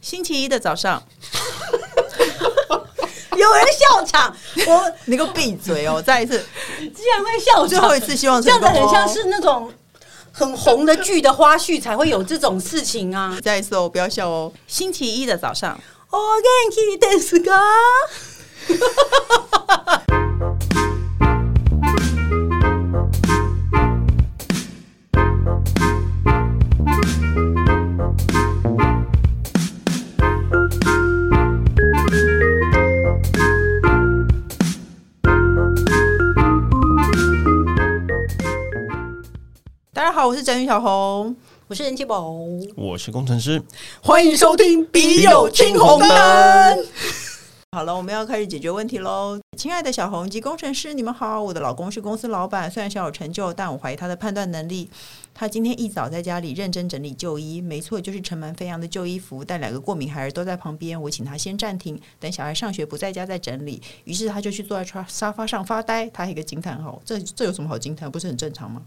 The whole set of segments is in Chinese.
星期一的早上， 有人笑场，我你给我闭嘴哦！ 再一 次，竟然会笑最场后，一次，希望这样成子功很哦像是那种很红的剧的花絮才会有这种事情啊。再一次哦，不要笑哦！星期一的早上， 我跟你电视哥，大家好，我是宅女小红，我是人气宝，我是工程师，欢迎收听《笔有青红灯》。好了，我们要开始解决问题喽！亲爱的小红及工程师，你们好。我的老公是公司老板，虽然小有成就，但我怀疑他的判断能力。他今天一早在家里认真整理旧衣，没错，就是尘螨飞扬的旧衣服，但两个过敏孩儿都在旁边，我请他先暂停，等小孩上学不在家再整理。于是他就去坐在沙沙发上发呆，他一个惊叹号，这这有什么好惊叹？不是很正常吗？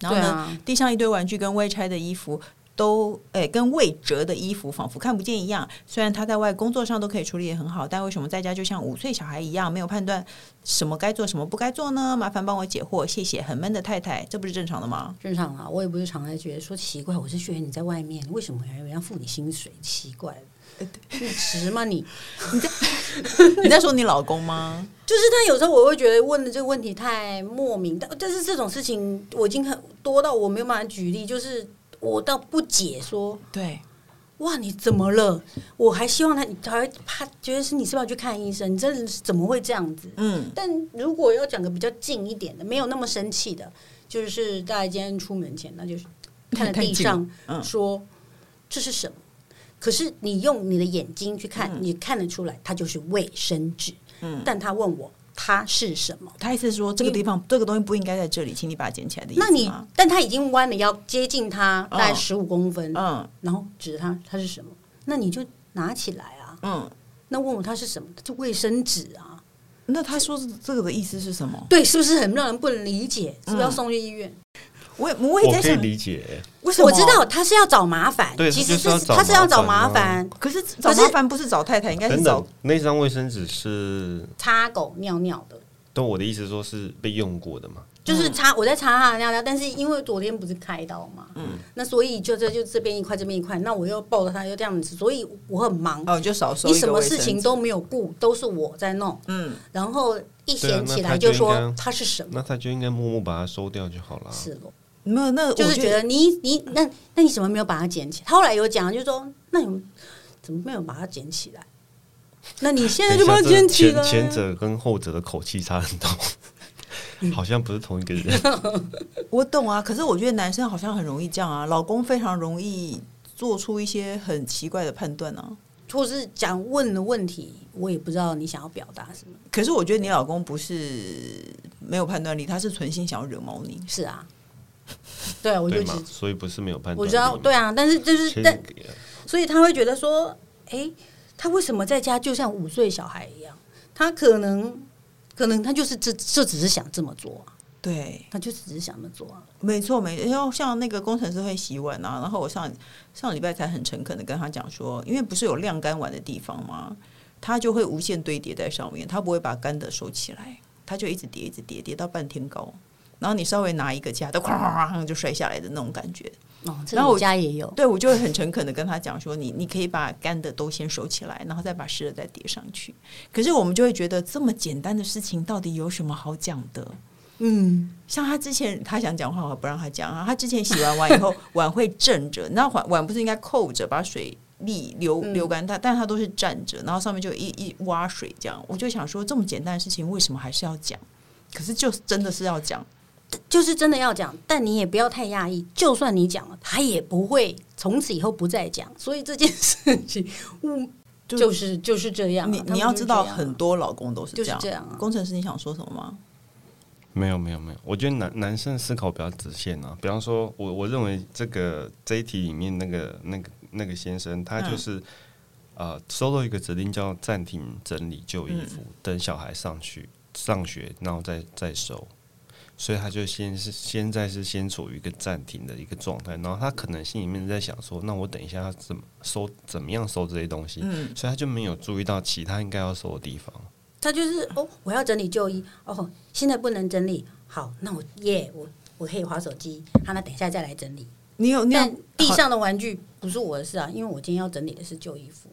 然后对呢，啊，地上一堆玩具跟未拆的衣服都，诶、跟未折的衣服仿佛看不见一样。虽然他在外工作上都可以处理得很好，但为什么在家就像五岁小孩一样，没有判断什么该做什么不该做呢？麻烦帮我解惑，谢谢。很闷的太太，这不是正常的 吗？正常啊，我也不是常在觉得说奇怪，我是学员你在外面，为什么还有人要付你薪水？奇怪，你值吗你？你在说你老公吗？就是他有时候我会觉得问的这个问题太莫名，但但是这种事情我已经很多到我没有办法举例，就是我倒不解说对，哇你怎么了？我还希望他，还会怕觉得是你是不是要去看医生？你真的是怎么会这样子？嗯，但如果要讲个比较近一点的，没有那么生气的，就是大家今天出门前，那就是看着地上嗯说、这是什么。可是你用你的眼睛去看，你看得出来，它就是卫生纸。嗯但他问我它是什么，他意思是说这个地方这个东西不应该在这里，请你把它捡起来的意思那你吗但他已经弯了腰，接近它大概嗯十五公分，嗯然后指着它，它是什么？那你就拿起来啊。嗯，那问我它是什么？这卫生纸啊，那他说这个的意思是什么？对，是不是很让人不能理解？是不是要嗯送去医院？我也我也我在可以想，理解，为什么我知道他是要找麻烦，对其实他就是要是找他是要找麻麻烦烦，可是找可是麻烦不是找太太，应该是等找等，那张卫生纸是，擦狗尿尿的，但我的意思说是被用过的嘛？就是嗯擦我在擦他的尿尿，但是因为昨天不是开刀嘛，嗯，那所以就这就这边一块这边一块，那我又抱着他又这样子，所以我很忙，哦，你就少收一你个什么卫生事情纸都没有顾，都是我在弄，嗯，然后一闲对啊起那来他就就应说该嗯他是什么那他就应该默默把它收掉就好了。是咯，没有，那就是我觉得你你那那你怎么没有把它捡起来？他后来有讲，就说那你怎么没有把它捡起来？那你现在等哎就一把它下这捡起来前。前者跟后者的口气差 很多，好像不是同一个人。我懂啊，可是我觉得男生好像很容易这样啊，老公非常容易做出一些很奇怪的判断啊。或是讲问的问题，我也不知道你想要表达什么。可是我觉得你老公不是没有判断力，他是存心想要惹毛你。是啊，对 啊，我就对只嘛，所以不是没有判断力嘛。我知道，对啊，但是就是先，啊但所以他会觉得说，诶，他为什么在家就像五岁小孩一样？他可能可能他就是这这只是想这么做、啊，对，他就只是想这么做、啊。没错，没然后像那个工程师会洗碗啊，然后我上上礼拜才很诚恳的跟他讲说，因为不是有晾干碗的地方吗？他就会无限堆叠在上面，他不会把干的收起来，他就一直叠，一直叠，叠到半天高。然后你稍微拿一个其他的，哐哐哐就摔下来的那种感觉，哦，这然后个我我家也有，对我就会很诚恳的跟他讲说，你你可以把干的都先收起来，然后再把湿的再叠上去。可是我们就会觉得这么简单的事情，到底有什么好讲的？嗯，像他之前他想讲话，我不让他讲啊。他之前洗完碗以 后，碗会正着，那碗碗不是应该扣着把水沥流嗯流干它，但他都是站着，然后上面就有一一洼水这样。我就想说，这么简单的事情为什么还是要讲？可是就是真的是要讲，就是真的要讲，但你也不要太压抑。就算你讲了，他也不会从此以后不再讲。所以这件事情， 嗯，就就是就是这样啊、你他们你要就是知道，这样啊很多老公都是这就是样。这样啊工程师，你想说什么吗？没有没有没有，我觉得男男生思考比较直线啊。比方说，我我认为这个这一题里面那个那个那个先生，他就是、嗯呃收到一个指令叫暂嗯停整理旧衣服，等小孩上去上学，然后再再收。所以他就先是现在是先处于一个暂停的一个状态，然后他可能心里面在想说，那我等一下要怎么收，怎么样收这些东西，嗯，所以他就没有注意到其他应该要收的地方。他就是哦，我要整理旧衣，哦，现在不能整理，好，那我耶、我我可以划手机，好，那等一下再来整理。你有那但样地，上的玩具不是我的事啊，因为我今天要整理的是旧衣服。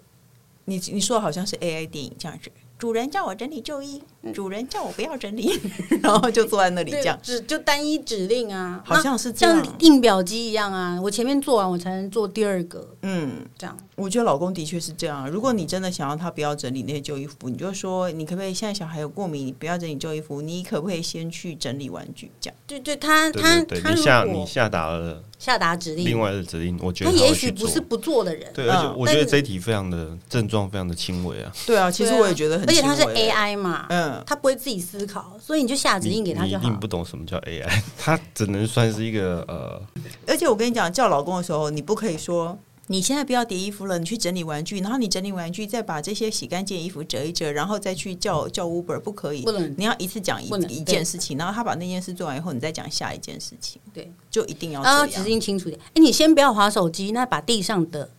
你你说好像是 AI 电影这样子，主人叫我整理旧衣，嗯主人叫我不要整理， 然后就坐在那里这样，只就单一指令啊，好像是那这样像印表机一样啊，我前面做完我才能做第二个，嗯。这样我觉得老公的确是这样。如果你真的想要他不要整理那些旧衣服，你就说你可不可以现在小孩有过敏，你不要整理旧衣服，你可不可以先去整理玩具？这样对对，他对他对他对，你下如你果下达了下达指另令，外的指令，我觉他得他会也去许不做。是不对，而且不做的人，对，而且嗯我觉得但是这一题非常的症状非常的轻微啊，对啊，其实我也觉得很而且轻微，他是 AI 嘛，嗯，他不会自己思考，所以你就下指你令给他你一就定好不。懂什么叫 AI，它只能算是一个呃，而且我跟你讲，叫老公的时候，你不可以说。你现在不要叠衣服了，你去整理玩具，然后你整理玩具，再把这些洗干净的衣服折一折，然后再去叫叫 Uber，不嗯可以，不能你要一次讲一不能一对件事情，然后他把那件事做完以后，你再讲下一件事情，对，就一定要这啊，样。指令清楚点。哎，你先不要划手机，那把地上的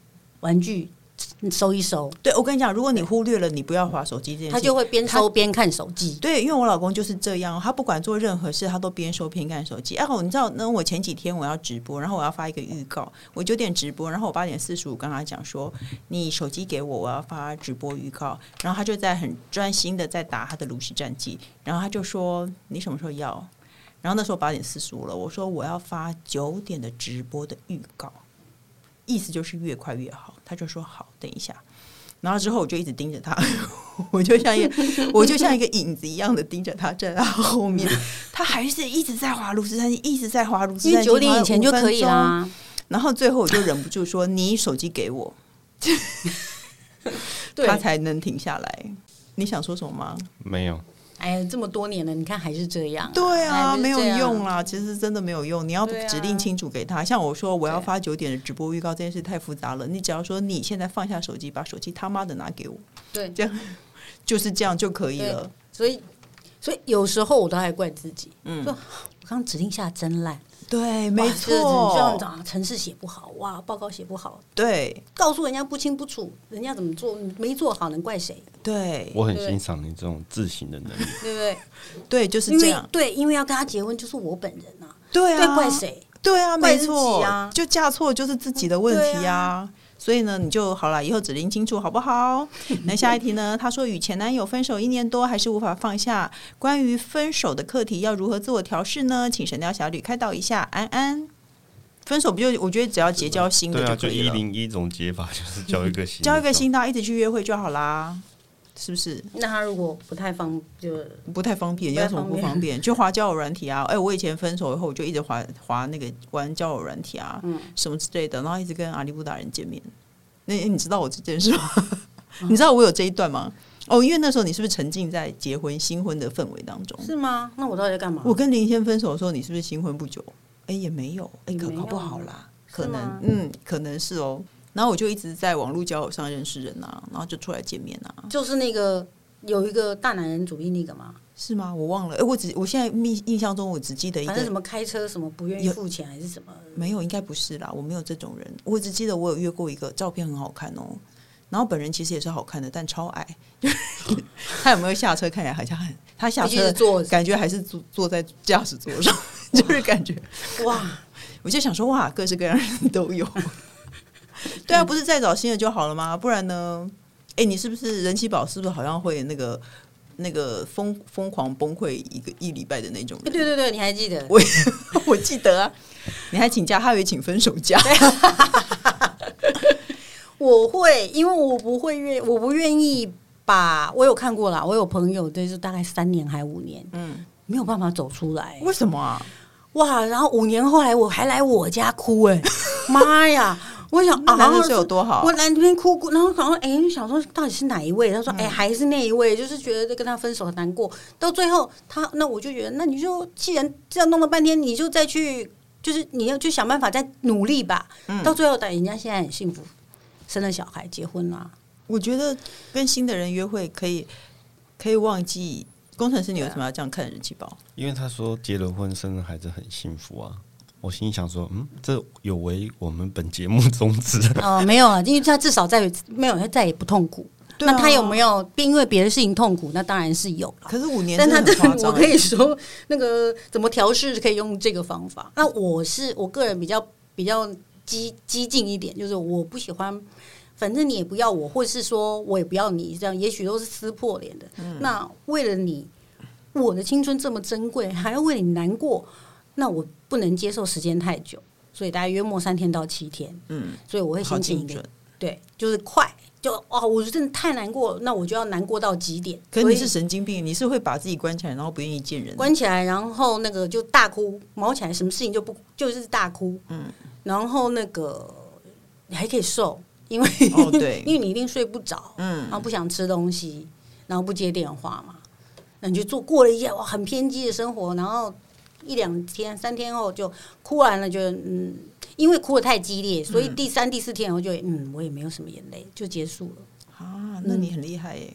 玩具收一收，对我跟你讲，如果你忽略了你不要划手机这件事情，他就会边收边看手机。对，因为我老公就是这样，他不管做任何事，他都边收边看手机。哎、啊，你知道，那我前几天我要直播，然后我要发一个预告，我九点直播，然后我八点四十五跟他讲说，你手机给我，我要发直播预告。然后他就在很专心的在打他的炉石战记，然后他就说你什么时候要？然后那时候八点四十五了，我说我要发九点的直播的预告，意思就是越快越好。他就说好，等一下。然后之后我就一直盯着他， 我就像一个我就像一个影子一样的盯着他，站在他后面，他还是一直在滑炉石山，一直在滑炉石因山，为九点以前就可以滑了五分钟。啦，然后最后我就忍不住说：“你手机给我。”他才能停下来。你想说什么吗？没有哎呀，这么多年了，你看还是这样、对啊，哎没有用。还是这样啦，其实真的没有用。你要对啊指令清楚给他，像我说我要发九点的直播预告，这件事太复杂了。你只要说你现在放下手机，把手机他妈的拿给我，对，这样就是这样就可以了。所以所以有时候我都还怪自己，嗯说我刚指令下真烂，对，没就像错，啊，程式写不好，哇，报告写不好，对告诉人家不清不楚，人家怎么做没做好，能怪谁？对我很对欣赏你这种自省的能 力。对不对？对，就是因这为样。对，因为要跟他结婚就是我本人啊，对对，啊，怪谁？对啊，怪没自己错啊就嫁错就是自己的问嗯题对啊。所以呢，你就好了，以后指令清楚好不好？ 那下一题呢？他说与前男友分手一年多，还是无法放下。关于分手的课题，要如何自我调试呢？请神雕侠侣开导一下，安安。分手不就我觉得只要结交新对的啊，可就以一了，零一种解法 就是交一个新，交一个新的啊，一直去约会就好啦，是不是？那他如果不太方就不太方便，不太有什么不方方便？ 就滑交友软体啊！哎、我以前分手以后，我就一直滑滑那个玩交友软体啊，嗯什么之类的，然后一直跟阿里布达人见面。那、你知道我这件事吗？ 你知道我有这一段吗？哦，因为那时候你是不是沉浸在结婚新婚的氛围当中？是啊吗？那我到底在干嘛？我跟林先分手的时候，你是不是新婚不久？哎、也没有，哎、也可没有搞啊不好啦，可是能吗，嗯，可能是哦。然后我就一直在网络交友上认识人啊，然后就出来见面啊，就是那个有一个大男人主义那个嘛，是吗？我忘了，哎、我只我现在印印象中，我只记得一反个正什么开车什么不愿意有付钱还是什么，没有，应该不是啦，我没有这种人。我只记得我有约过一个，照片很好看哦，然后本人其实也是好看的，但超矮。 他有没有下车？看起来好像很，他下尤其是车 坐着感觉还是坐坐在驾驶座上， 就是感觉，哇，我就想说哇，各式各样的人都有。对啊，不是再找新的就好了吗？不然呢？哎、你是不是人气宝？是不是好像会那个那个疯疯狂崩溃一个一礼拜的那种对人？ 对对对，你还记得？我我记得啊，你还请假，他以为请分手假。我会，因为我不会愿，我不愿意把我有看过啦，我有朋友就是大概三年还五年嗯，没有办法走出来，为什么啊？哇！然后五年后来我还来我家哭、 哎，妈呀！我想那啊，男的是有多好我来这边哭哭，然后想说，哎、想说到底是哪一位？他嗯说，哎、还是那一位，就是觉得跟他分手很难过。到最后，他那我就觉得，那你就既然这样弄了半天，你就再去，就是你要去想办法再努力吧。嗯到最后，但人家现在很幸福，生了小孩，结婚啦、我觉得跟新的人约会可以可以忘记工程师，你为什么要这样看人气包？因为他说结了婚生了孩子很幸福啊，我心里想说，嗯，这有违我们本节目宗旨。 哦，没有啊，因为他至少在没有，他再也不痛苦。对啊那他有没有因为别的事情痛苦？那当然是有了。可是五年但真的他很这夸张欸，我可以说，那个怎么调试可以用这个方法。那我是我个人比较比较激激进一点，就是我不喜欢，反正你也不要我，或是说我也不要你，这样也许都是撕破脸的。嗯那为了你，我的青春这么珍贵，还要为你难过，那我不能接受时间太久，所以大概约莫三天到七天，嗯，所以我会好先请精一个准。对，就是快，就哦，我真的太难过了，那我就要难过到极点。可是你所是以神经病，你是会把自己关起来，然后不愿意见人。关起来，然后那个就大哭，毛起来，什么事情就不就是大哭，嗯，然后那个你还可以瘦，因为、哦对 因为你一定睡不着，嗯然，后不想吃东西，然后不接电话嘛，那你就做过了一些哇很偏激的生活，然后一两天、三天后就哭完了，觉得嗯，因为哭的太激烈，嗯所以第三、第四天我就嗯，我也没有什么眼泪，就结束了，啊，那你很厉害耶！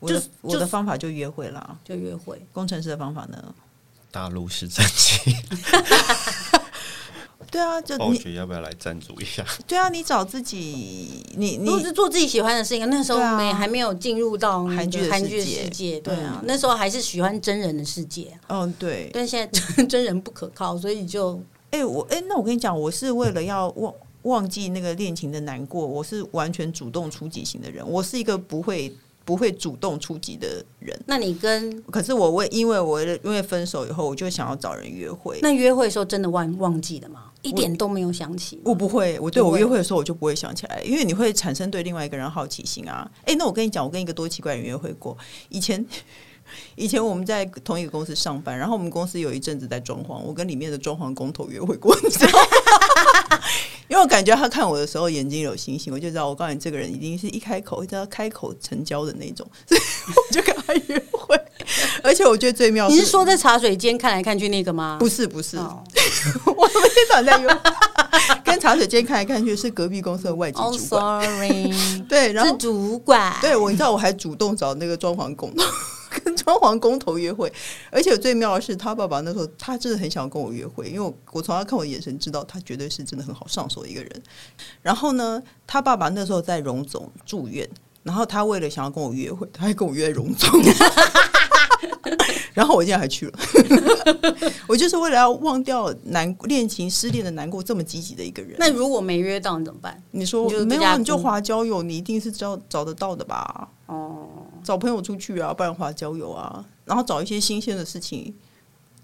我的就是我就的是方法就约会啦，就约会。工程师的方法呢？大陆是战机，对啊，呃就暴你雪要不要来赞助一下？对啊，你找自己，你如果是你做自己喜欢的事情，那时候对啊没、还没有进入到那个韩剧的世界韩剧的世界，对啊，嗯那时候还是喜欢真人的世界啊，嗯，对，但现在真真人不可靠，所以就哎、我哎、那我跟你讲，我是为了要忘忘记那个恋情的难过，我是完全主动出击型的人，我是一个不会不会主动出击的人。那你跟可是我为因为我为了因为分手以后，我就想要找人约会。那约会的时候真的忘忘记了吗？一点都没有想起。我不会，我对不我会约会的时候我就不会想起来，因为你会产生对另外一个人好奇心啊。哎、那我跟你讲，我跟一个多奇怪的人约会过。以前， 以前我们在同一个公司上班，然后我们公司有一阵子在装潢，我跟里面的装潢工头约会过，你知道吗？ 因为我感觉他看我的时候眼睛有星星，我就知道我告诉你这个人一定是一开口一定要开口成交的那种，所以我就跟他约会。 而且我觉得最妙你是说在茶水间看来看去那个吗？不是不是，哦 我们天早在约会 跟茶水间看来看去是隔壁公司的外籍，Oh 主管。 sorry，对， 然是后主管。 对我，你知道我还主动找那个装潢工 跟装潢工头约会，而且最妙的是，他爸爸那时候他真的很想跟我约会，因为我我从他看我眼神知道他绝对是真的很好上手的一个人。然后呢，他爸爸那时候在荣总住院，然后他为了想要跟我约会，他还跟我约在荣总。 然后我竟然还去了， 我就是为了要忘掉难恋情失恋的难过，这么积极的一个人。那如果没约到，你怎么办？你说你就是没在有家啊，哭你就滑交友，你一定是找找得到的吧？哦，找朋友出去啊，不然滑交友啊，然后找一些新鲜的事情，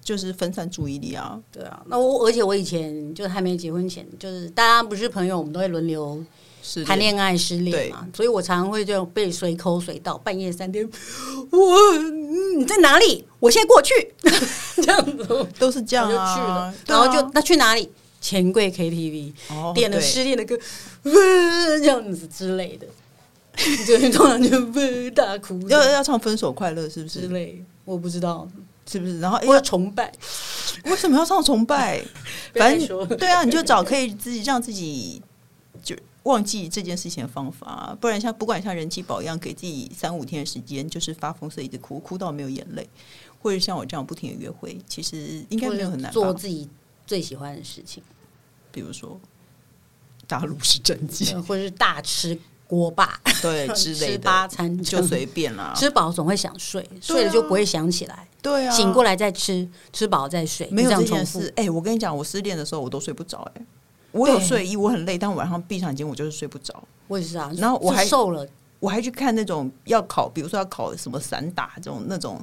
就是分散注意力啊。对啊，那我而且我以前就是还没结婚前，就是大家不是朋友，我们都会轮流是谈恋爱失恋嘛，所以我常常会这样被随口随到半夜三点， 我、嗯、你在哪里？我现在过去，这样子我都是这样就去了啊，，对然啊后就那去哪里？钱柜 KTV 哦点了对失恋的歌，呃 这样子之类的， 就是通常就呃大哭要要唱《分手快乐》是不之是？类，我不知道，是不是？然后哎呀我要，崇拜，为什么要唱崇 拜？不要反再说正了对啊，你就找可以自己让自己就忘记这件事情的方法，啊不然像不管像人气宝一样，给自己三五天的时间，就是发疯似的一直哭，哭到没有眼泪，或者像我这样不停的约会，其实应该没有很难做吧？自己最喜欢的 事情，比如说大陆是正对经，呃或者是大吃锅巴 对之类吃八的，餐这就样随便 啦。吃饱总会想睡，睡了就不会想起来，啊对啊，醒过来再吃，吃饱再睡，没有这这样件重复。事。哎、我跟你讲，我失恋的时候我都睡不着、哎，我有对睡意，我很累，但我晚上闭上眼睛，我就是睡不着。我也是啊，然后我就还瘦了，我还去看那种要考，比如说要考什么散打这种那种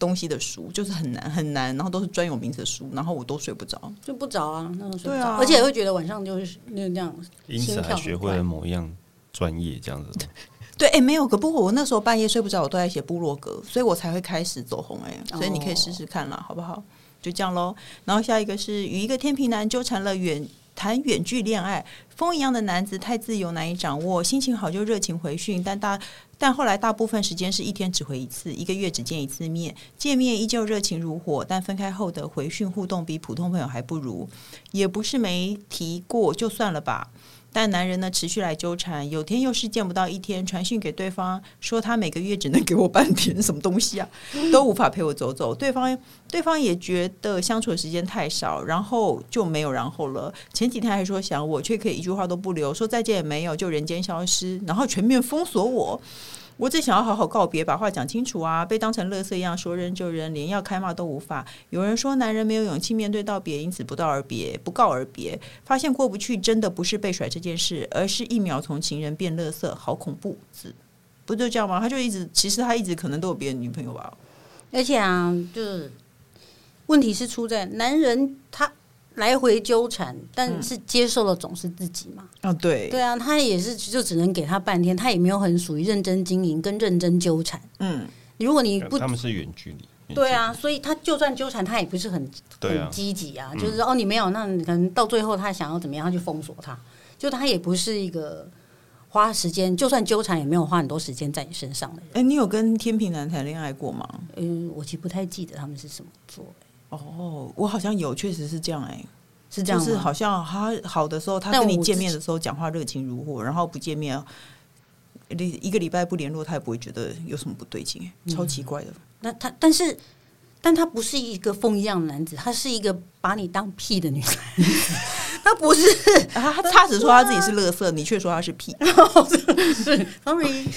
东西的书，就是很难很难，然后都是专有名词的书，然后我都睡不着。就不着啊，那种睡不对着，啊而且会觉得晚上就是那那样，因此心还跳学很会快了。某一样专业，这样子吗。对，哎、没有，可不过我那时候半夜睡不着，我都在写部落格，所以我才会开始走红、哎，所以你可以试试看啦，好不好？就这样喽。然后下一个是与一个天平男纠缠了远谈远距恋爱，风一样的男子太自由难以掌握，心情好就热情回讯，但大但后来大部分时间是一天只回一次，一个月只见一次面，见面依旧热情如火，但分开后的回讯互动比普通朋友还不如，也不是没提过就算了吧。但男人呢持续来纠缠，有天又是见不到一天，传讯给对方说他每个月只能给我半天，什么东西啊，都无法陪我走走。对方对方也觉得相处的时间太少，然后就没有然后了。前几天还说想我，却可以一句话都不留，说再见也没有，就人间消失，然后全面封锁我。我只想要好好告别，把话讲清楚啊！被当成垃圾一样说扔就扔，连要开骂都无法。有人说男人没有勇气面对道别，因此不道而别，不告而别。发现过不去，真的不是被甩这件事，而是一秒从情人变垃圾，好恐怖！字不就这样吗？他就一直，其实他一直可能都有别的女朋友吧。而且啊，就是问题是出在男人他来回纠缠，但是接受的总是自己嘛。啊，嗯对，对啊，他也是就只能给他半天，他也没有很属于认真经营跟认真纠缠。嗯，如果你不啊他们是远距离，远对距啊，所以他就算纠缠，他也不是很对啊很积极啊，就是哦，你没有，那你可能到最后他想要怎么样，他就封锁他，就他也不是一个花时间，就算纠缠也没有花很多时间在你身上的人。哎，你有跟天平男谈恋爱过吗？嗯，我其实不太记得他们是什么座，哦，我好像有，确实是这样哎、是这样就是吗？好像他好的时候，他但跟你我见自面的时候讲话热情如火，然后不见面，一一个礼拜不联络，他也不会觉得有什么不对劲，超奇怪的。那他，但是，但他不是一个风一样的男子，他是一个把你当屁的女孩， 他不是啊他他只说他自己是乐色，你却说他是屁。哦是 sorry，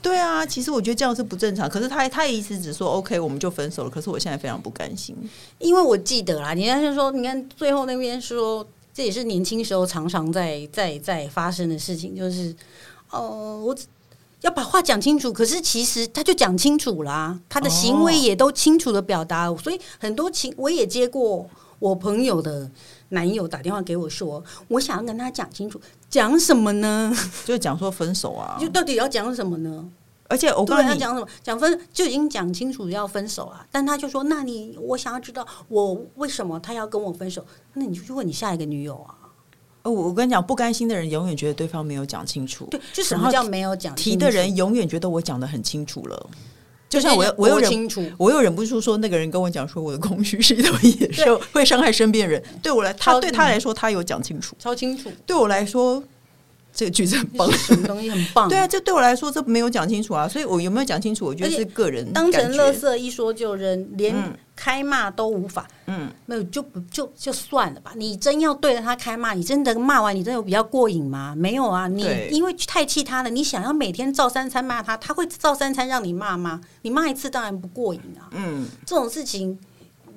对啊，其实我觉得这样是不正常。可是他他一直只说 OK，我们就分手了。可是我现在非常不甘心。因为我记得啦，你那是说，你看最后那边说，这也是年轻时候常常在在在发生的事情，就是哦，我只要把话讲清楚，可是其实他就讲清楚啦，他的行为哦也都清楚的表达，所以很多情我也接过我朋友的男友打电话给我说，我想要跟他讲清楚，讲什么呢？就讲说分手啊就，到底要讲什么呢？而且我告对诉他你，讲什么？讲分就已经讲清楚要分手啊，但他就说：“那你我想要知道我为什么他要跟我分手？那你就去问你下一个女友啊。呃我我跟你讲，不甘心的人永远觉得对方没有讲清楚”，对，就什然后么叫没有讲提清的楚人永远觉得我讲的很清楚了。就就是像我有我有多忍清楚，我又忍不住说，那个人跟我讲说，我的空虚 是一头野兽，会伤害身边人。对我来，他超对他来说，他有讲清楚；超清楚，对我来说，这个句子很棒这。是嗯什么东西很棒。对啊，，这对我来说这没有讲清楚啊，所以我有没有讲清楚，我觉得而且是个人当成感觉垃圾一说就扔，嗯连开骂都无法。嗯，没有就不就就算了吧。你真要对着他开骂，你真的骂完，你真的有比较过瘾吗？没有啊，你对因为太气他了，你想要每天照三餐骂他，他会照三餐让你骂吗？你骂一次当然不过瘾啊，嗯，这种事情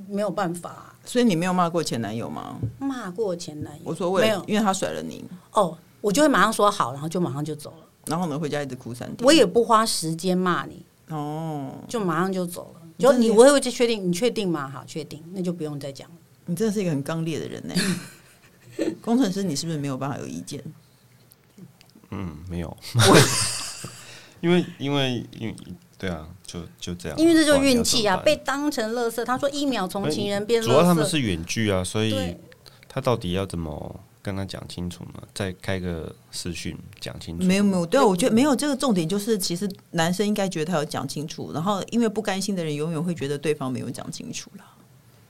没有办法啊、所以你没有骂过前男友吗？骂过前男友，我说为没了有，因为他甩了你，哦，我就会马上说好，然后就马上就走了，然后呢回家一直哭三天。我也不花时间骂你，哦，就马上就走了。你就真的你，我会去确定，你确定吗？好，确定，那就不用再讲了。你真的是一个很刚烈的人呢、 工程师，你是不是没有办法有意见？嗯，没有， 因为因为因为对啊，就就这样，因为这就不然运气啊，要怎被么当成垃圾。他说一秒办从情人变垃圾，哎主要他们是远距啊，所以对他到底要怎么跟他讲清楚呢？再开个视讯讲清楚，没有没有，对啊，我觉得没有这个重点，就是其实男生应该觉得他有讲清楚，然后因为不甘心的人永远会觉得对方没有讲清楚啦，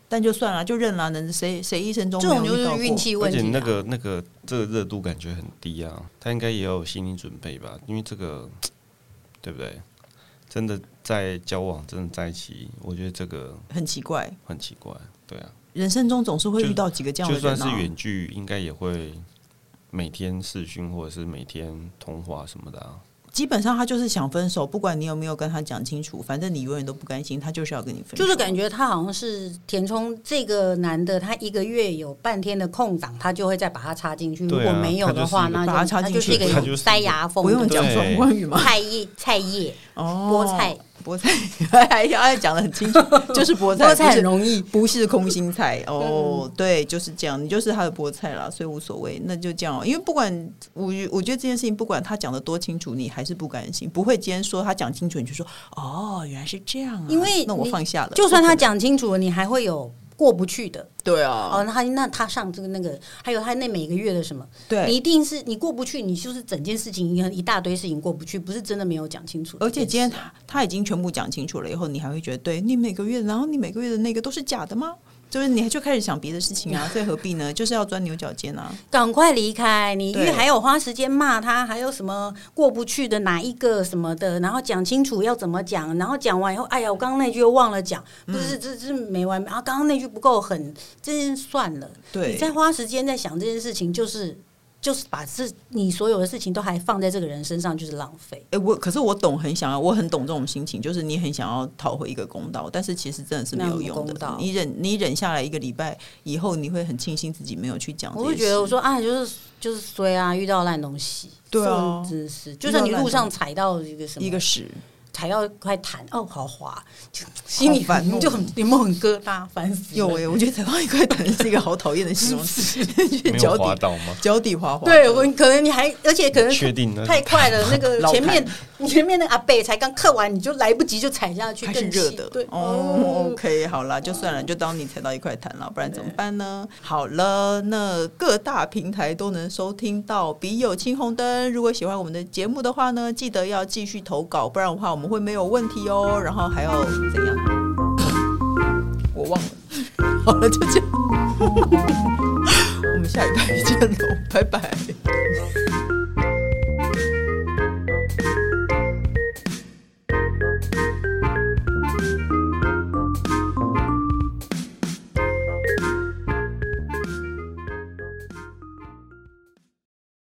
但就算了，就认了，能谁谁一生中这种没就有遇到是过运气而问题、且啊。那个那个这个热度感觉很低啊，他应该也有心理准备吧？因为这个对不对？真的在交往，真的在一起，我觉得这个很奇怪，很奇怪，对啊，人生中总是会遇到几个这样就的算人是啊。远距，应该也会每天视讯或者是每天通话什么 的啊。基本上他就是想分手，不管你有没有跟他讲清楚，反正你永远都不甘心，他就是要跟你分手。就是感觉他好像是填充这个男的，他一个月有半天的空档，他就会再把它插进去。如对啊果没有的话，他就那是把它插进去就是一个他就是一有个塞牙缝不的用讲对双关语嘛， 菜叶菜叶哦，菠菜，菠菜， 哎呀，哎讲的很清 楚，就是菠菜，菠菜不是很容易。嗯不是空心 菜哦，对，就是这样，你就是他的菠菜啦，所以无所谓，那就这样哦。因为不管我，我觉得这件事情，不管他讲的多清楚，你还是不甘心，不会今天说他讲清楚，你就说哦，原来是这样、啊，因为那我你放下了。就算不可他能讲清楚了，你还会有过不去的对啊，哦。那他那他上这个那个，还有他那每个月的什么，你对，一定是你过不去，你就是整件事情一大堆事情过不去，不是真的没有讲清楚这而件事啊。且今天他他已经全部讲清楚了以后，你还会觉得对你每个月，然后你每个月的那个都是假的吗？就是你就开始想别的事情啊，所以何必呢？就是要钻牛角尖啊。赶快离开！你因对为还有花时间骂他，还有什么过不去的哪一个什么的，然后讲清楚要怎么讲，然后讲完以后，哎呀，我刚刚那句又忘了讲，不嗯是，这这没完没啊！刚刚那句不够狠，这件算了。你对，再花时间在想这件事情，就是就是把自你所有的事情都还放在这个人身上，就是浪费。哎、我可是我懂，很想要，我很懂这种心情，就是你很想要讨回一个公道，但是其实真的是没有用没有公的道。你忍，你忍下来一个礼拜以后，你会很庆幸自己没有去讲这我些事。会觉得，我说啊，就是就是衰啊，遇到烂东西，对啊这种真的是，就算你路上踩到一个什么一个屎，踩到快弹哦，好滑，就心里烦哦很就很有没有很疙瘩，烦死有了。哎、我觉得踩 到一块蛋是一个好讨厌的形容词， 就是没脚有滑底倒吗？ 脚底滑滑。对，我可能你还，而且可能确定呢？太快了，那个 老前看面前面那个阿贝才刚刻完，你就来不及就踩下去，还是更热气的对哦。OK，好啦，就算了，就当你踩到一块痰了，不然怎么办呢？好了，那各大平台都能收听到《笔友青红灯》。如果喜欢我们的节目的话呢，记得要继续投稿，不然的话我们会没有问题哦。然后还要怎样？我忘了。好了， 就这样，我们下礼拜见喽，拜拜。